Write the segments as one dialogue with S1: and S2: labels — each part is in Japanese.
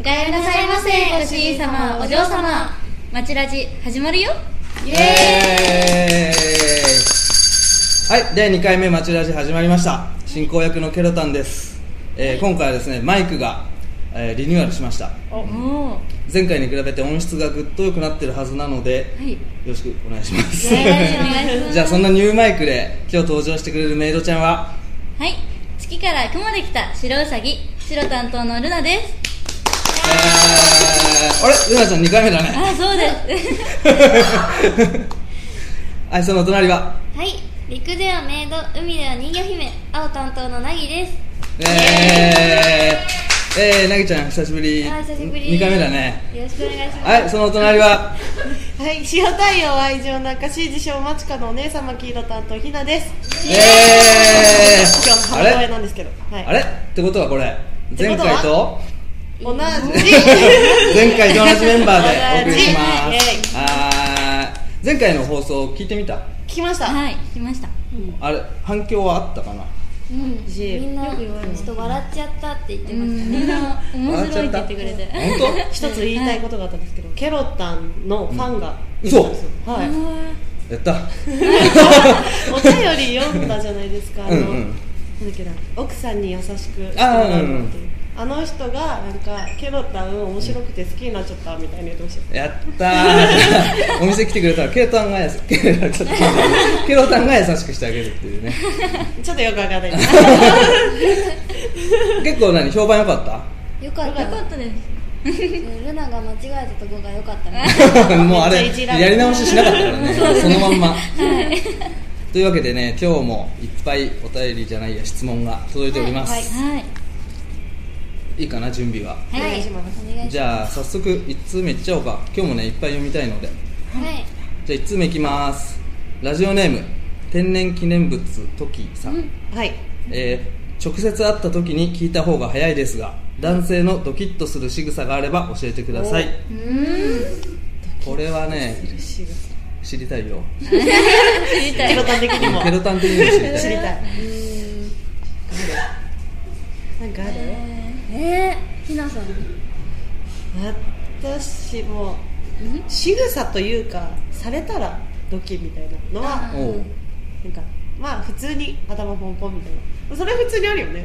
S1: お帰りなさいませおしい様お嬢様町ラジ始まるよイ
S2: イエーイはい第2回目「町ラジ」始まりました進行役のケロタンです、えー今回はですねマイクが、えーリニューアルしました
S1: おお
S2: 前回に比べて音質がぐっと良くなってるはずなので
S1: はい
S2: よろしくお願いします
S1: イエーイお願い します
S2: じゃあそんなニューマイクで今日登場してくれるメイドちゃんは
S1: はい月から雲で来た白うさぎ白担当のルナです
S2: えーあれルナちゃん2回目だね
S1: あそうです
S2: はいそのお隣は
S1: はい陸ではメイド海では人魚姫青担当のなぎです
S2: えー、えー、なぎちゃん久しぶり
S1: あ久しぶり
S2: 2回目だね
S1: よろしくお願いし
S2: はいそのお隣は
S3: はい、塩太陽愛情なかし自称マチカのお姉様黄色担当ひなです。
S2: イエーイ
S3: 今日母
S2: あ
S3: 親な
S2: れ
S3: んですけど、はい、
S2: あれってことはこれ
S3: て
S2: 前
S3: こと
S2: 回
S3: は
S2: と
S3: 同じ。
S2: 前回と同じメンバーでお送りしま
S3: 同じイエー イ
S2: すあー前回の放送聞いてみた
S3: 聞きました。
S1: はい聞きました
S2: あれ反響はあったかな
S4: うん、
S3: し
S4: みんなちょっと笑っちゃったって言ってましたね、
S1: みんな面
S2: 笑っち
S1: 白い
S2: ゃ
S1: って
S2: た
S1: 言ってくれて
S2: 本
S3: 一つ言いたいことがあったんですけど、ケロタンのファンが。
S2: 当嘘
S3: はい。
S2: やった
S3: お便り読んだじゃないですか。あの、
S2: うんうん
S3: なんだっけな、奥さんに優しくしても
S2: あー
S3: ら
S2: う
S3: うん
S2: うん
S3: っていう。あの人がなんかケロタン面白くて好きになっちゃったみたいに言ってました。
S2: やった ーお店来てくれたらケロタンがやすケロタンが優しくしてあげるっていうね
S3: ちょっとよく わかんない。
S2: 結構何評判良かった
S4: よかった
S1: よかったです
S4: ルナが間違えたとこがよかったね
S2: もうあれ
S3: めっちゃいじられる
S2: やり直ししなかったからねそのまんま、というわけでね今日もいっぱいお便りじゃないや質問が届いております、
S4: はい
S2: い
S1: はい
S2: い、かな準備は
S4: はい
S3: お願いします
S4: お願いし
S2: じゃあ早速1通目いっちゃおうか今日もねいっぱい読みたいので
S4: ますはい
S2: じゃあ1通目いきますラジオネーム天然記念物トキさん、
S3: はい。
S2: えー直接会った時に聞いた方が早いですが男性のドキッとする仕草があれば教えてくださいこれはね
S3: 知
S2: 知りた いよ
S1: 知りた
S3: ケ
S1: い
S3: ロタン的にも
S2: ケロタン的にも知りたい
S3: 知りたい。なんかある。
S4: えー、ひなさん
S3: 私も仕草というかされたらドキみたいなのは
S2: おう
S3: なんかまあ普通に頭ポンポンみたいなそれ普通にあるよね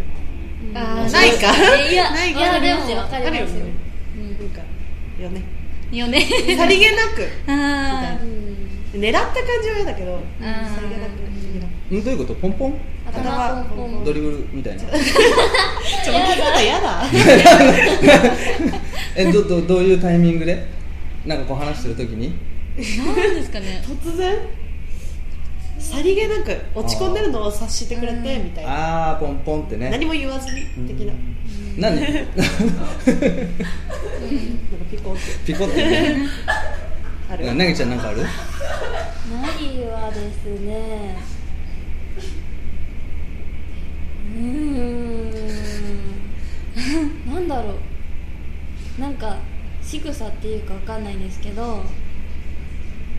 S4: あ
S2: ー
S3: ないか
S1: いや
S3: ない
S4: いや
S3: か
S4: でもわかりますよ
S3: あるよねなんかよね
S1: よね
S3: さりげなく
S1: あー
S4: うん
S3: 狙った感じは嫌だけど
S1: ー
S3: さりげなく
S2: んどういうことポンポン
S4: 頭ポンポン
S2: ドリブルみたいな
S3: ちょっと聞き方嫌だ
S2: えどどどういうタイミングでなんかこう話してる時に
S1: なんですかね
S3: 突然さりげなく落ち込んでるのを察してくれてみたいな
S2: あーポンポンってね
S3: 何も言わずに的な
S2: 何
S3: なんかピコンって
S2: ピコってね
S3: ある
S2: なぎちゃんなんかある
S4: ナギはですねうーん なんだろうなんか仕草っていうかわかんないんですけど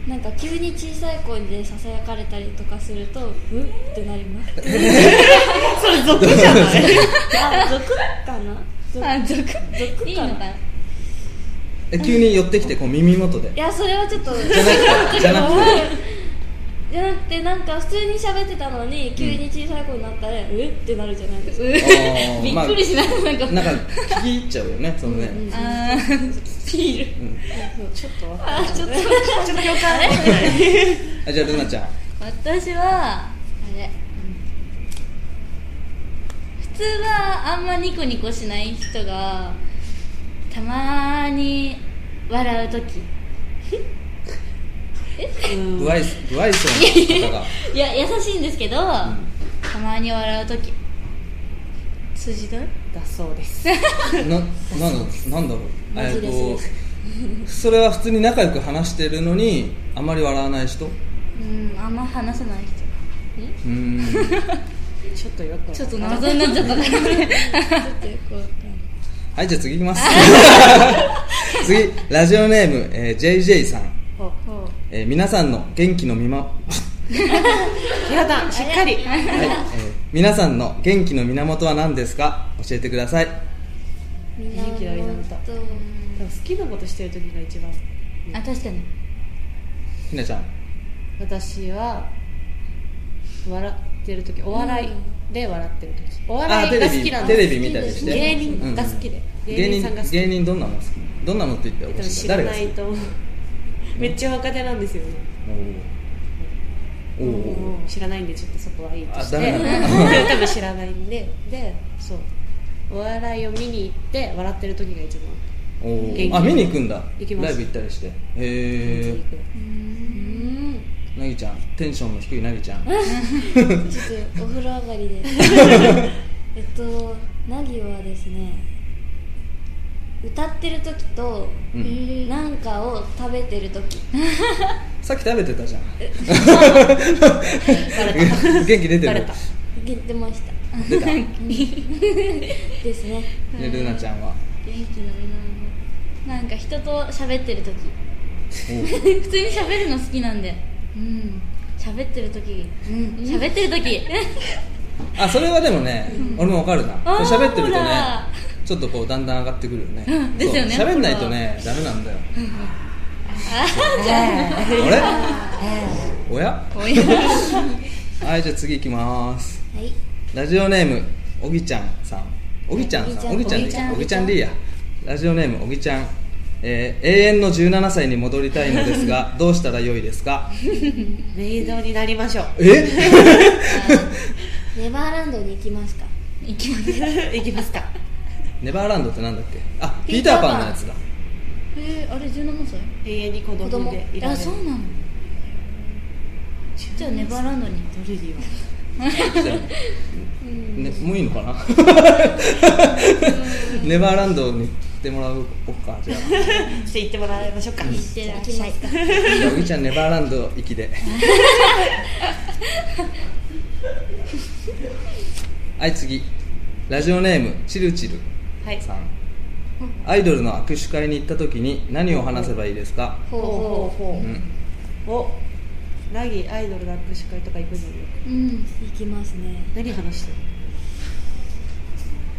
S4: なんか急に小さい声でささやかれたりとかするとうっってなります
S3: それ俗じゃない
S4: あ俗かな俗
S1: あ族
S4: 族
S1: いい
S4: か
S1: の
S4: な
S1: かな
S2: え急に寄ってきてこう耳元で
S4: いやそれはちょっと
S2: じゃなくてじゃなく て
S4: じゃなくてなんか普通に喋ってたのに急に小さい声になったら、うえってなるじゃないですか
S2: あー
S1: びっくりしないなんか
S2: なんか聞き入っちゃうよねそのね、
S1: あービール
S3: ちょっとわかんない
S4: あちょっと
S3: ちょっと共感できない
S2: あじゃあルナちゃん
S1: 私はあれ普通はあんまニコニコしない人がたまに笑う時
S2: 不愛想不愛想な方が
S1: いや優しいんですけど、たまに笑う時通じとる
S3: だそうです
S2: ななんだなんだろう
S4: マ
S2: え
S4: ジレス
S2: ーっとそれは普通に仲良く話してるのにあまり笑わない人う
S1: うんあんま話さない人
S2: ーん
S3: ちょっとよく
S1: ちょっと謎になっちゃったから
S2: はいじゃあ次いき ます次ラジオネーム、えー、JJ さん、えー皆さんの元気の見ま、はい
S3: 平田しっかり
S2: えー皆さんの元気の源は何ですか教えてください
S4: みんな
S3: 字嫌いなんだ
S4: 本当
S3: 多分好きなことしてる時が一番
S1: あ確かに
S2: ひなちゃん
S3: 私は笑ってる時お笑いで笑ってる時お
S2: あ
S3: 笑
S2: テ
S3: いが好
S2: レビ
S3: きなん
S2: テ
S3: で
S2: レ
S3: す
S2: ビ見たりして
S3: 芸人が好きで芸人さんが好き
S2: 芸人芸人どんなの好きどんなのって言って
S3: 多
S2: お
S3: 分
S2: かしい
S3: 知
S2: ん
S3: ら
S2: だ誰が
S3: な
S2: 好
S3: い
S2: き
S3: と思うめっちゃ若手なんですよね
S2: おーおーおー
S3: 知らないんでちょっとそこはいいとして
S2: あダメなんだ
S3: 多分知らないんででそうお笑いを見に行って笑ってる時が一番
S2: おー
S3: 元気
S2: あ見に行くんだ
S3: 行きます
S2: ライブ行ったりしてへ
S3: 行
S2: え
S3: く
S4: うん
S2: なぎちゃんテンションの低いなぎちゃん
S4: ちょっとお風呂上がり でえっとナギはですね歌ってる時と、
S2: うん
S4: なんかを食べてる時
S2: さっき食べてたじゃん
S3: バレた
S2: 元気出て
S3: バレ
S2: る
S3: た
S4: 言ってました
S2: 出たね
S4: ですね
S2: ルナちゃんは
S1: 元気の源なんか人と喋ってる時
S2: おー
S1: 普通に喋るの好きなんでうん喋ってる時うん喋ってる時
S2: あそれはでもね俺もわかるな
S1: あー
S2: こう喋ってると
S1: ほ
S2: ね
S1: ら
S2: ちょっとこうだんだん上がってくるよね
S1: うんですよね
S2: そう喋んないとねダメなんだよ
S3: え
S2: あれおや
S1: こういう
S2: はいじゃあ次行きます
S4: はい
S2: ラジオネームおぎちゃんさんおぎちゃんさんお
S4: おぎ
S2: ぎち
S4: ちゃ
S2: ゃん
S4: ん
S2: でいいかお
S4: お
S2: ぎ
S4: ぎ
S2: ち
S4: ち
S2: ゃ
S4: ゃん
S2: んでいいやラジオネームおぎちゃんえー永遠の17歳に戻りたいのです がどうしたらよいですか
S3: メイドになりましょう
S2: え
S4: ネバーランドに行きますか
S1: 行きます
S3: 行きますか
S2: ネバーランドってなんだっけあピ
S4: ピ
S2: ー
S4: ータ
S2: ター
S4: ー
S2: パ
S4: パン
S2: ンのやつだ
S1: えー、あれ17歳
S3: 永遠に子供でいられる
S1: あそうなのじゃあネバーランドに
S3: ドルギーは
S2: ね、もういいのかなネバーランドに行ってもらおうかじゃあ
S3: して行ってもらいましょうか
S1: 行ってらっしゃい
S2: じゃあおぎちゃんネバーランド行きで はい次ラジオネームチルチル
S3: はい
S2: さんアイドルの握手会に行った時に何を話せばいいですか、
S3: ほうほう
S2: う
S3: ほ
S2: ん、
S3: うおラギアイドルの握手会とか行くのに
S1: うん
S4: 行きますね
S3: 何話してる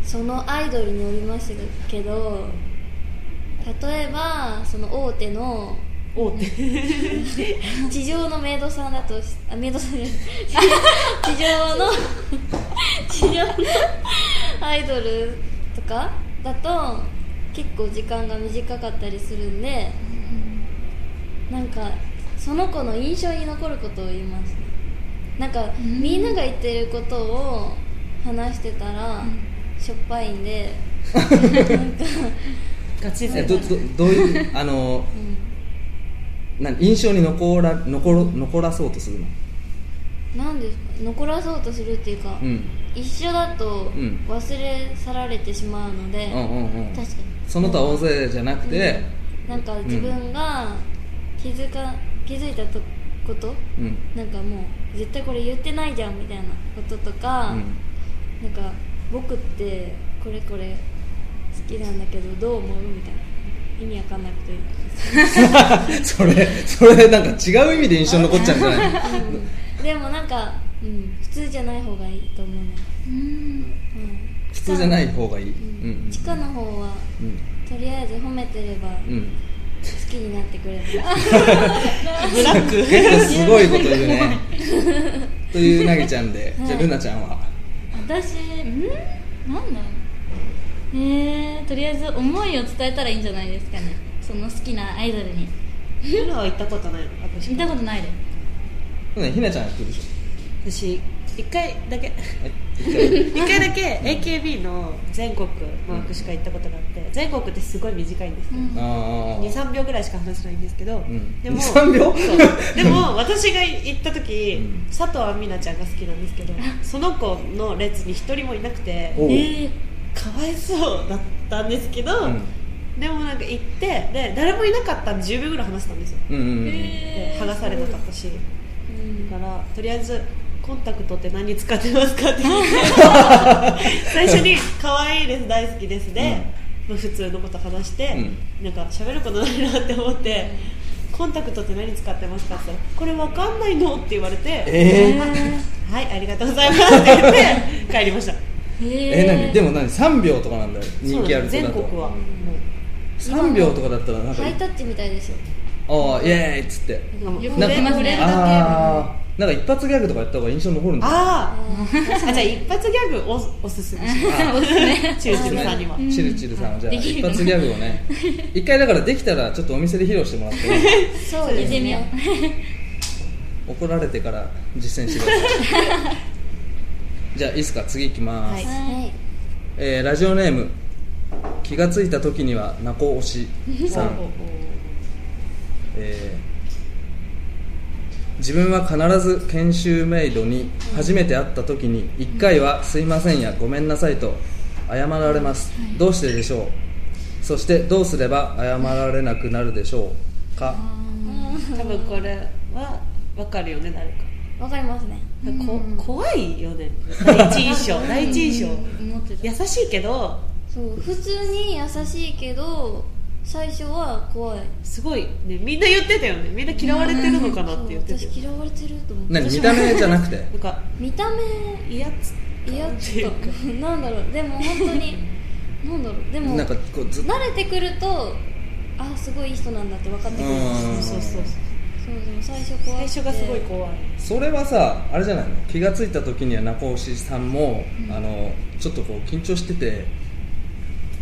S4: そのアイドルによりますけど例えばその大手の
S3: おうって
S4: 地上のメイドさんだとしあメイドさんじゃない 地上の 地上のアイドルとかだと結構時間が短かったりするんでなんかその子の印象に残ることを言いますねなんか
S1: ん
S4: みんなが言ってることを話してたらしょっぱいんでなんか
S3: ガチ
S2: え
S3: 勢
S2: どどどう いうあの何印象に残ら残ろ残らそうとするの
S4: なんですか残らそうとするっていうか、
S2: うん
S4: 一緒だと
S2: ん
S4: 忘れ去られてしまうので、
S2: うんうんうん
S4: 確かに
S2: その他大勢じゃなくて、
S4: なんか自分が気づか気づいたとこと
S2: うん
S4: なんかもう絶対これ言ってないじゃんみたいなこととか、
S2: うん
S4: なんか僕ってこれこれ好きなんだけどどう思うみたいな意味わかんなくて
S2: それそれなんか違う意味で印象に残っちゃうんじゃない
S4: でもなんか、うん、普通じゃない方がいいと思うの、
S1: うん
S4: うん、
S2: 普通じゃない方がいい、
S4: う
S2: う
S4: ん
S2: うん
S4: ん地下の方は
S2: うん
S4: とりあえず褒めてれば
S2: う
S4: 好
S2: ん
S4: きになってくれる、
S3: ブラック
S2: 結構すごいこと言うね というなぎちゃんで、じゃあルナちゃんは
S1: 私んなんだろうえー、とりあえず思いを伝えたらいいんじゃないですかねその好きなアイドルに
S3: ルナは行ったことないの
S1: 見
S3: 私
S1: たことないで
S2: ねひなちゃんやってるでしょ
S3: 私一回だけ
S2: え言っ
S3: 一回だけ AKB の全国の握手会行ったことがあって全国ってすごい短いんですよ、
S2: たあー
S3: 23秒ぐらいしか話せないんですけど、
S2: ん
S3: でも
S2: 23秒
S3: そうでも私が行った時、
S2: うん
S3: 佐藤亜美奈ちゃんが好きなんですけどその子の列に一人もいなくて
S2: おう
S1: えー、
S3: かわいそうだったんですけど、
S2: うん
S3: でもなんか行ってで誰もいなかったんで10秒ぐらい話したんですよ
S2: うんうんうん
S3: で話されなかったし
S4: うん
S3: だからとりあえずコンタクトって何使ってますかって聞いて最初に「可愛いです大好きですで」まあ普通のこと話して、なんか喋ることないなって思って「コンタクトって何使ってますか?」って言ったら「これわかんないの?」って言われて
S2: え
S3: はいありがとうございます」って言って帰りました
S1: へ
S2: え
S1: ー
S2: 何でも何3秒とかなんだよ人気ある子
S3: そうな
S2: だ
S3: んです全国は
S2: と
S3: も
S2: 3秒とかだったらなんか
S4: ハイタッチみたいですよ
S2: ああイエーイっつって
S3: うなんか
S1: よく
S3: 触
S1: 出
S3: れ
S1: ますね
S3: 触れるだけ
S2: ああなんか一発ギャグとかやった方が印象残るんだ
S3: あ
S4: あ
S3: ーあじゃあ一発ギャグをおすすめし ま
S2: あ
S1: おすすめ
S3: す中心さんには
S2: チルチルさんはじゃあ
S1: でき
S2: 一
S1: るかな
S2: 発ギャグを ね一回だからできたらちょっとお店で披露してもらってね
S4: そう
S1: 聞
S4: で
S1: い
S4: す
S1: てみよう
S4: ね
S2: 怒られてから実践してくださいじゃあいいですか次いきます、
S3: はい
S4: はい
S2: えーラジオネーム気がついた時にはなこ推しさ、
S3: おうおうん
S2: えー自分は必ず研修メイドに初めて会った時に1回は「すいません」や「ごめんなさい」と謝られます、どうしてでしょうそしてどうすれば謝られなくなるでしょうか
S3: おう多分これは分かるよね誰か
S4: わかりますね
S3: こ怖いよね第一印象第一印象
S1: 思ってた
S3: 優しいけど
S4: そう普通に優しいけど最初は怖い
S3: すごいねみんな言ってたよねみんな嫌われてるのかなって言ってた
S4: そう
S3: よ
S4: 私嫌われてると思って
S2: 何見た目じゃなくて
S3: なんか
S4: 見た
S3: いやつ
S4: 目嫌っ
S3: っていうか
S4: となんだろうでも本当になんだろうでも
S2: なんかこうずっと
S4: 慣れてくるとあすごいいい人なんだって分かってくる
S2: うん
S3: そうそうそう
S4: そうでも最初怖
S3: 最
S4: い
S3: 初がすごい怖い
S2: それはさあれじゃないの気がついた時には中押しさんも、あのちょっとこう緊張してて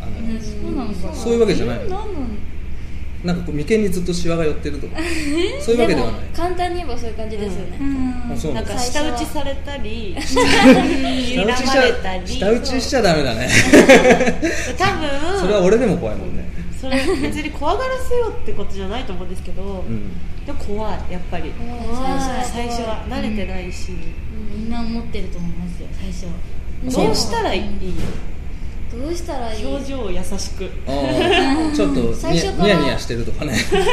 S2: あの、
S1: ねそうなのかな
S2: そういうわけじゃない
S1: え何なの
S2: なんかこう眉間にずっとシワが寄ってる とかそういうわけではな
S4: も
S2: い
S4: 簡単に言えばそういう感じですよね、
S1: うん
S2: あそう
S3: なん
S2: だ
S3: か
S4: 最初
S3: 舌
S4: は
S3: 打ちされた り
S2: 下
S3: 睨
S2: 打ちし
S3: まれたり
S2: ちゃ下打ちしちゃダメだね
S3: そう多分
S2: それは俺でも怖いもんね
S3: それ別に怖がらせようってことじゃないと思うんですけど、
S2: うん
S3: でも怖いやっぱり
S4: 怖い
S3: 最初
S4: 最初
S3: は
S4: は
S3: 慣れてないし、
S1: みんな思ってると思いますよ最初
S2: そう
S3: どうしたらいい
S4: どうしたらいい
S3: 表情を優しく
S2: あーちょっと
S4: 最
S2: ニヤ
S4: 初から
S2: ニヤニヤしてるとかね
S3: それ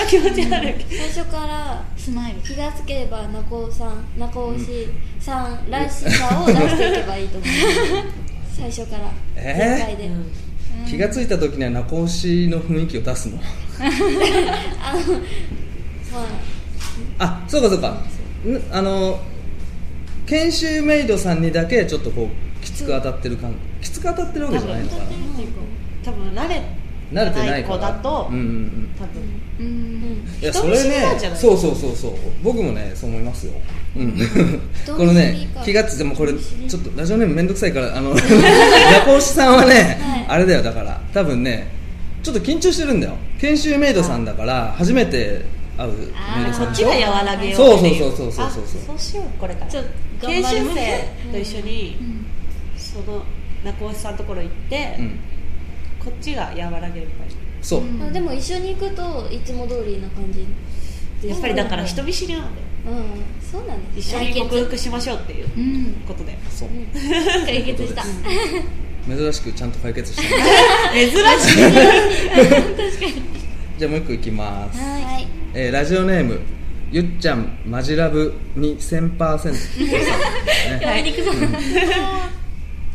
S3: が気持ち悪い
S4: 最初から
S1: スマイル
S4: 気がつければ中尾さん中尾氏さんらしさを出していけばいいと思う最初から
S2: えー
S4: 全体で、
S3: うん
S2: 気がついた時には中押しの雰囲気を出すの
S4: はい
S2: あそうかそうかんあの研修メイドさんにだけちょっとこうきつく当たってる感きつく当たってるわけじゃないのかな
S3: 多分慣れ
S2: 慣れてないか
S3: 子
S2: ら
S3: だと、
S2: うんうんうん
S3: 多分
S1: うん
S2: いや
S3: 人
S2: そ
S3: 見
S2: れ
S3: 知りなんじゃ
S2: ね
S3: ない
S2: そうそうそうそう僕もねそう思いますよ、うん、
S4: 人見知りか
S2: このね気がついてもうこれちょっとラジオネームめんどくさいからあの中押しさんはね、あれだよだから多分ねちょっと緊張してるんだよ研修メイドさんだから初めて会うメイドさん
S3: そっ
S2: で
S3: ち
S2: しょ
S3: が和らげようって
S2: そう
S3: いう
S2: そうそうそうそうそう
S3: あそうしようこれから
S1: ちょっと頑
S3: 研
S1: 張り
S3: 修
S1: ます
S3: 生と一緒に、その中尾さんのところ行って、
S2: うん、
S3: こっちが和らげるから
S2: そう、
S1: ん
S4: あでも一緒に行くといつも通りな感じ
S3: やっぱりだから人見知りなんだよ
S4: うんそうなんです
S3: 一緒に克服しましょうっていう
S1: うん
S3: ことで
S2: そう
S1: 解決した
S2: 珍しくちゃんと解決した
S3: 珍しい
S2: じゃあもう一個いきます、
S4: はい
S2: えーラジオネームゆっちゃんマジラブ2000%
S1: やめにくそう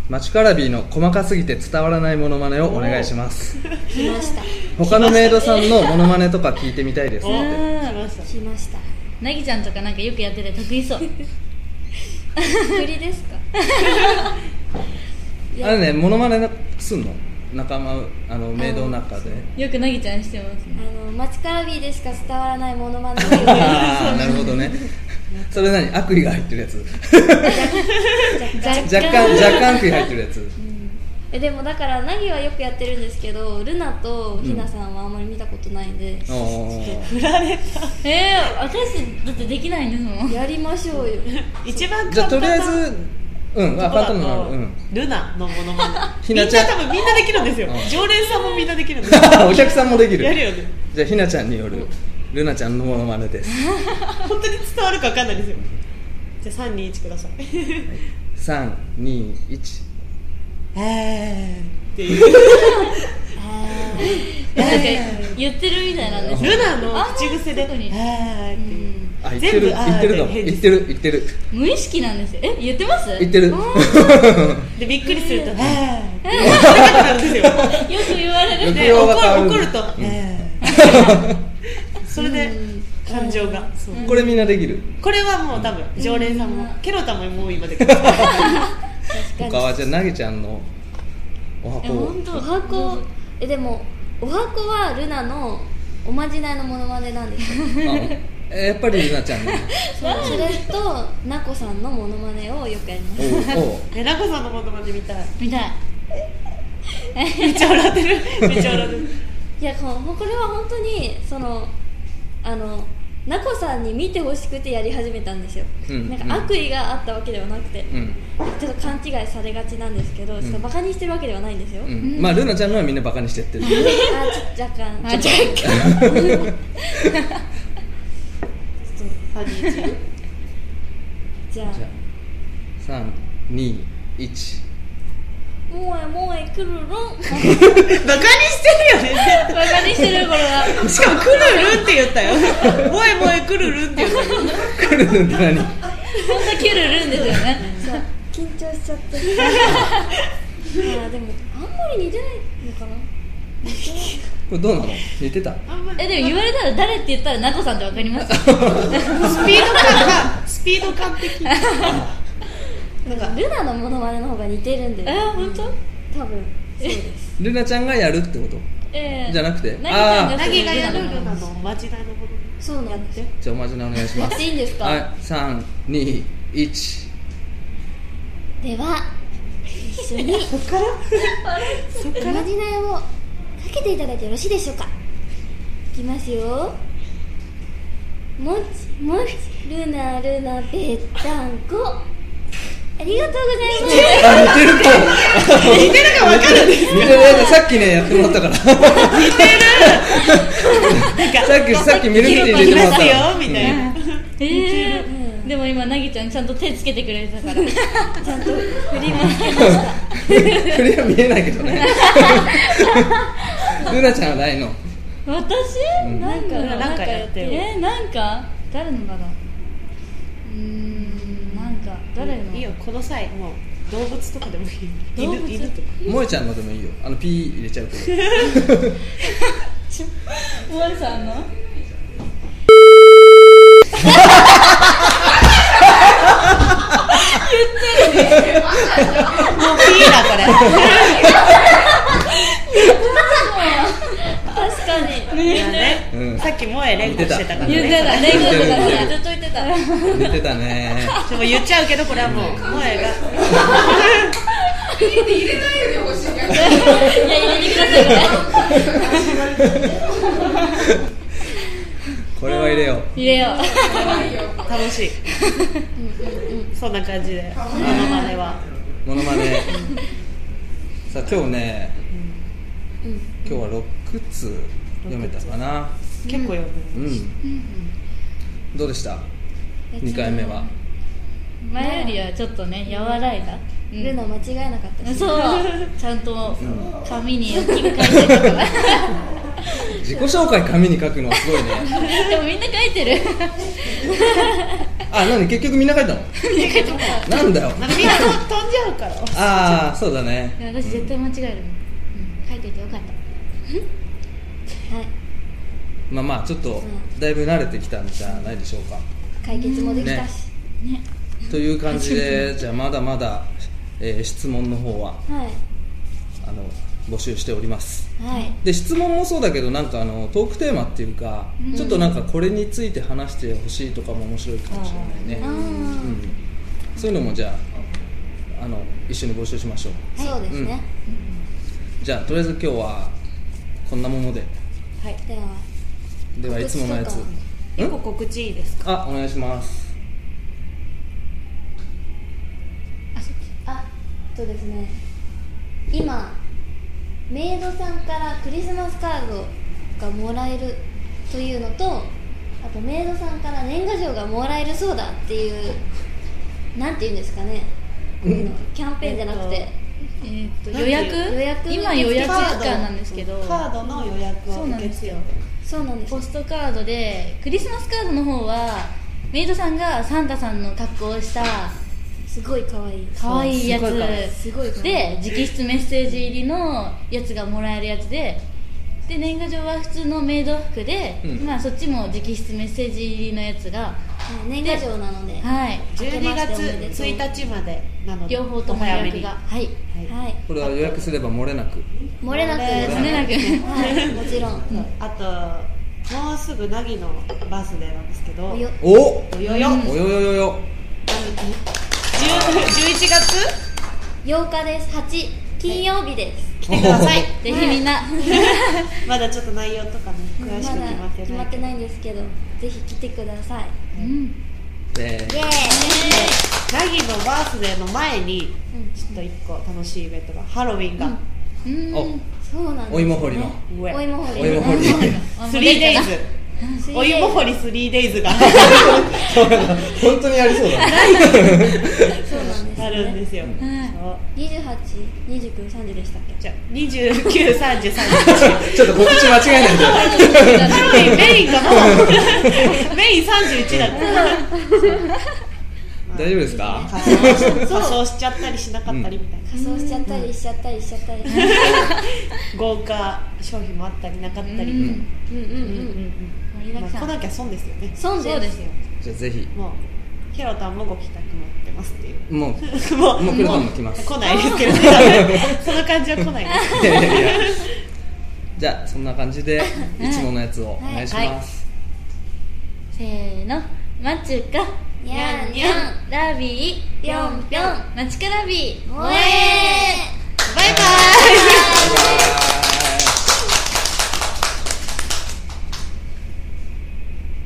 S2: マチュカラビーの細かすぎて伝わらないモノマネをお願いします
S4: 来ました
S2: 他のメイドさんのモノマネとか聞いてみたいです
S3: お
S2: って
S3: 来ました
S4: 来ました
S1: なぎちゃんとかなんかよくやってて得意そう
S4: 振りですかいや
S2: あれねモノマネなすんの仲間あのメイドの中で
S1: よくなぎちゃんしてますね
S4: あの街カラビーでしか伝わらないモノマネを
S2: ああなるほどねそれ何悪意が入ってるやつ
S1: 若
S2: 若干若干悪意入ってるやつ
S4: えでもだからナギはよくやってるんですけどルナとひなさんはあんまり見たことないんで、
S2: おー
S1: えー、私だってできないんですもん
S4: やりましょうよ
S3: 一番
S2: じゃあ
S3: 簡
S2: と
S3: 単
S2: り
S3: な
S2: あえずうんあ簡
S3: とこだ
S2: 単なのあ
S3: と
S2: るうん
S3: ルナのものまね
S2: ひ
S3: みんな
S2: なちゃん
S3: 多分みんなできるんですよ
S2: うん
S3: 常連さんもみんなできるんですよ
S2: お客さんもできる
S3: やるよね
S2: じゃあひなちゃんによるルナちゃんのモノマネです
S3: 本当に伝わるか分かんないですよじゃあ321く ださい
S2: 321
S3: えーって いう
S1: なんか言ってるみたいなんですよ
S3: ルナの口癖で
S1: あ
S3: え
S1: ー
S3: ー
S1: そ
S3: っ
S1: う
S3: て
S1: いうこと
S2: あ言っ
S3: いう
S2: てる
S3: 全部あ
S2: 言
S3: ー
S2: ってるかも
S3: で返
S2: 言っ
S3: 事
S2: てる言ってる
S1: 無意識なんですよえ言ってます
S2: 言ってる
S1: あ
S2: よ
S3: でびっくりする と「えー」って言わなくなるんですよ
S1: ーよく言われる
S2: 抑
S3: で
S2: 揚
S3: 怒
S2: が変わ
S3: る
S2: んだ
S3: 怒ると
S2: う、ん
S3: えーそれで感情が、そう
S2: これみんなできる
S3: これはもう多分常連さんも、ケロタももう今できる
S1: え
S4: 確かに
S2: 他はじゃあなぎちゃんのお
S1: え
S2: 箱を
S1: 本当
S4: お箱えでもお箱はルナのおまじないのモノマネなんです よ
S2: あえやっぱりりなちゃんの
S4: そうそれとなこさんのモノマネをよくやります
S2: おうおう
S3: えなこさんのものまで見たい
S1: みたい
S3: めっちゃ笑ってるめっちゃ笑ってる
S4: いやこうこれは本当にそのあのなこさんに見てほしくてやり始めたんですよ、
S2: うん
S4: なんか悪意があったわけではなくて、
S2: うん、
S4: ちょっと勘違いされがちなんですけど、ちょっとバカにしてるわけではないんですよ、
S2: う
S4: あ
S2: ん、まあルナちゃんのはみんなバカにしてってる
S4: ちょ若干
S1: あ
S4: ち
S1: じ
S4: ょ
S1: ゃ
S4: っ
S3: ハニーチル
S4: とじゃ
S2: じゃ
S4: あ
S2: あ321
S4: もえもえくるろん
S3: バカにしてるよ ね
S1: バカにしてるこれは
S3: しかも「くるるん」って言ったよ「もえもえくるるん」って言ったよ
S2: 来るんって何
S1: 本当キュルルンですよね
S4: そう緊張しちゃってまあでもあんまり似てないのかな
S2: これどうなの似てた
S3: あんまり
S1: えでも言われたら誰って言ったらなこさんってわかります
S3: スピード感がスピード感的なんか
S4: ルナのモノマネの方が似てるんだ
S1: え
S4: よ
S1: 本当
S4: 多分そうです
S2: ルナちゃんがやるってこと
S1: ええ
S2: じゃなくて
S1: なぎちゃんが
S2: あ
S3: なぎがやる
S1: ル
S3: ル
S1: ナの
S3: ナのおまじないのもの
S4: そうなんですよ
S2: じゃあおまじないお願いしま
S4: やっ
S2: す
S4: ていいんですか
S2: はい321
S4: では一緒に
S3: そっから
S4: おまじないをかけていただいてよろしいでしょうかいきますよもちもちルナルナぺったんこありがとうございます
S2: あ似てるか
S3: 似てるか分かるんです
S2: 似てるさっきねやってもらったからさ
S3: なんか
S2: っきさっき見るって
S3: 色が
S2: 入れてもらっ
S3: 来ます
S2: た
S3: よみたいな
S1: え
S4: う
S1: え
S4: ん
S1: でも今なぎちゃんちゃんと手つけてくれたから
S4: ちゃんと振ります
S2: うん振りは見えないけどねルナちゃんはないの
S1: 私
S2: うん
S1: なんか
S3: なんかやってよ
S1: えなんか誰のだろううーんなんか誰の
S3: いいよこの際もう動物とかでもいい
S1: 動
S3: よ
S1: 物
S3: 犬犬とか
S2: 萌えちゃんのでもいいよあのピー入れちゃうけど
S1: 萌えさんの
S3: もうピーだこれ
S4: 確かに
S3: いやね
S2: うん
S3: さっきもえ連呼してたから
S1: 言って
S3: ね
S1: たね言ってた
S2: 言
S1: ね
S2: って
S4: ずっと言ってた
S2: 似てたね
S3: でも言っちゃうけどこれはもうもえが
S1: いや入れてくださいこ
S2: これは入れよう
S1: れ入れよう
S3: 楽しいそんな感じでモノマネは
S2: モノマネさあ今日ね、今日は6通読めたかな
S3: 結構読
S2: うん、
S3: む
S2: どうでした2回目は
S1: 前よりはちょっとね和らいだうん
S4: ルナ間違えなかったし
S1: そうちゃんと
S2: ん
S1: 紙に大きく書いてたから
S2: 自己紹介紙に書くのはすごいね
S1: でもみんな書いてる
S2: あ何結局みんな書いたのなんだよ
S3: なんかみんな飛んじゃうから
S2: ああそうだね
S1: 私絶対間違えるもん、うん、書いといてよかった
S4: はい
S2: まあまあちょっと
S4: ん
S2: だいぶ慣れてきたんじゃないでしょうか
S4: 解決もできたし、
S1: ね
S2: という感じでじゃあまだまだ、えー質問の方は
S4: はい
S2: あの募集しております
S4: はい
S2: で質問もそうだけどなんかあのトークテーマっていうか、ちょっとなんかこれについて話してほしいとかも面白いかもしれないね、
S4: あ
S2: うん
S4: ー
S2: そういうのもじゃああの一緒に募集しましょう
S4: そうですね、
S2: じゃあとりあえず今日はこんなもので
S4: では
S2: ではいつものや
S4: 告知
S2: つ
S4: とか
S3: 結
S2: ん
S3: 構告知いいですか
S2: あお願いします
S4: あとですね今メイドさんからクリスマスカードがもらえるというのとあとメイドさんから年賀状がもらえるそうだっていうなんて言うんですかねこういうのキャンペーンじゃなくて、
S1: えー、と
S3: 何
S1: 予約
S4: 予約
S1: 今予約期間なんですけど
S3: カードの予約
S1: そ
S3: を
S1: うなん
S3: 受
S1: で
S3: け
S1: す
S3: 付け
S1: よ
S3: て
S4: そうなんです
S1: ポストカードでクリスマスカードの方はメイドさんがサンタさんの格好をした
S4: すごい可愛い
S1: 可愛いや
S3: そうすごい可愛い
S1: つ
S4: すごい可愛い
S1: で直筆メッセージ入りのやつがもらえるやつでで年賀状は普通のメイド服で、
S2: うん
S1: まあ、そっちも直筆メッセージ入りのやつが
S4: 年賀状なので
S1: はい
S3: 12月
S4: 明けましておめでとう
S3: 1日までなので
S1: 両方とも
S3: お
S1: 予
S3: 早め
S1: 約
S3: に
S1: がはい
S3: はい
S4: はい
S2: これは予約すれば漏れなく
S4: 漏れなく
S1: 漏れなく
S4: はいもちろん
S3: あともうすぐ凪のバースデーなんですけど
S4: およ
S2: お
S3: およよ、
S1: う
S3: うんん、
S2: およよよよ
S3: 11月
S4: 8日です8金曜日です
S3: 来てください
S1: ぜひみんな
S3: まだちょっと内容とかね
S4: ま
S3: 詳
S4: だ
S3: しく決まって
S4: 決ま
S3: な
S4: っ
S3: い
S4: て
S3: けど
S4: ないんですけどぜひ来てください
S1: うん
S2: え
S4: イエーイ
S3: 凪のバースデーの前に
S4: うん
S3: ちょっと一個楽しいイベントがハロウィンが、
S1: うん
S2: お
S4: そうなんですね
S2: お芋掘りの
S3: 上
S4: お芋掘り
S2: お芋掘 り
S3: 3 days
S4: スリー
S3: お芋掘り 3days が
S2: そうだ本当にやりそうだね
S4: そうなんです
S3: あるんですよ、
S1: ん
S3: そう
S4: 282930でしたっけ
S3: じゃあ293031
S2: ちょっと告知間違えないんだよ
S3: ハロウィンメインがもうメイン31だから
S2: 大丈夫ですか
S3: 仮装し仮装しちゃったりしなかったりみたいな、
S4: 仮装しちゃったりしちゃったりしちゃったり
S3: 豪華商品もあったりなかったりみたいな、
S1: うん
S4: うんうん
S3: うんうん
S1: 盛り
S3: うん
S1: だ
S3: ま
S1: くさ
S3: あ、来
S1: ん
S3: なきゃ損ですよね
S4: 損です
S1: そうですよ
S2: じゃあぜひ
S3: もうヒロタンもご帰宅持ってますっていう
S2: もう
S3: もう
S2: もう来るとも来ます
S3: 来ないですけどね その感じは来ないです
S2: いやいやいやじゃあそんな感じでいつものやつをお願いします
S1: せーのマチュカ
S4: にゃんにゃ
S1: んラビー
S4: ぴょんぴょん
S1: マチュカラビー
S4: おえ
S3: バイバイ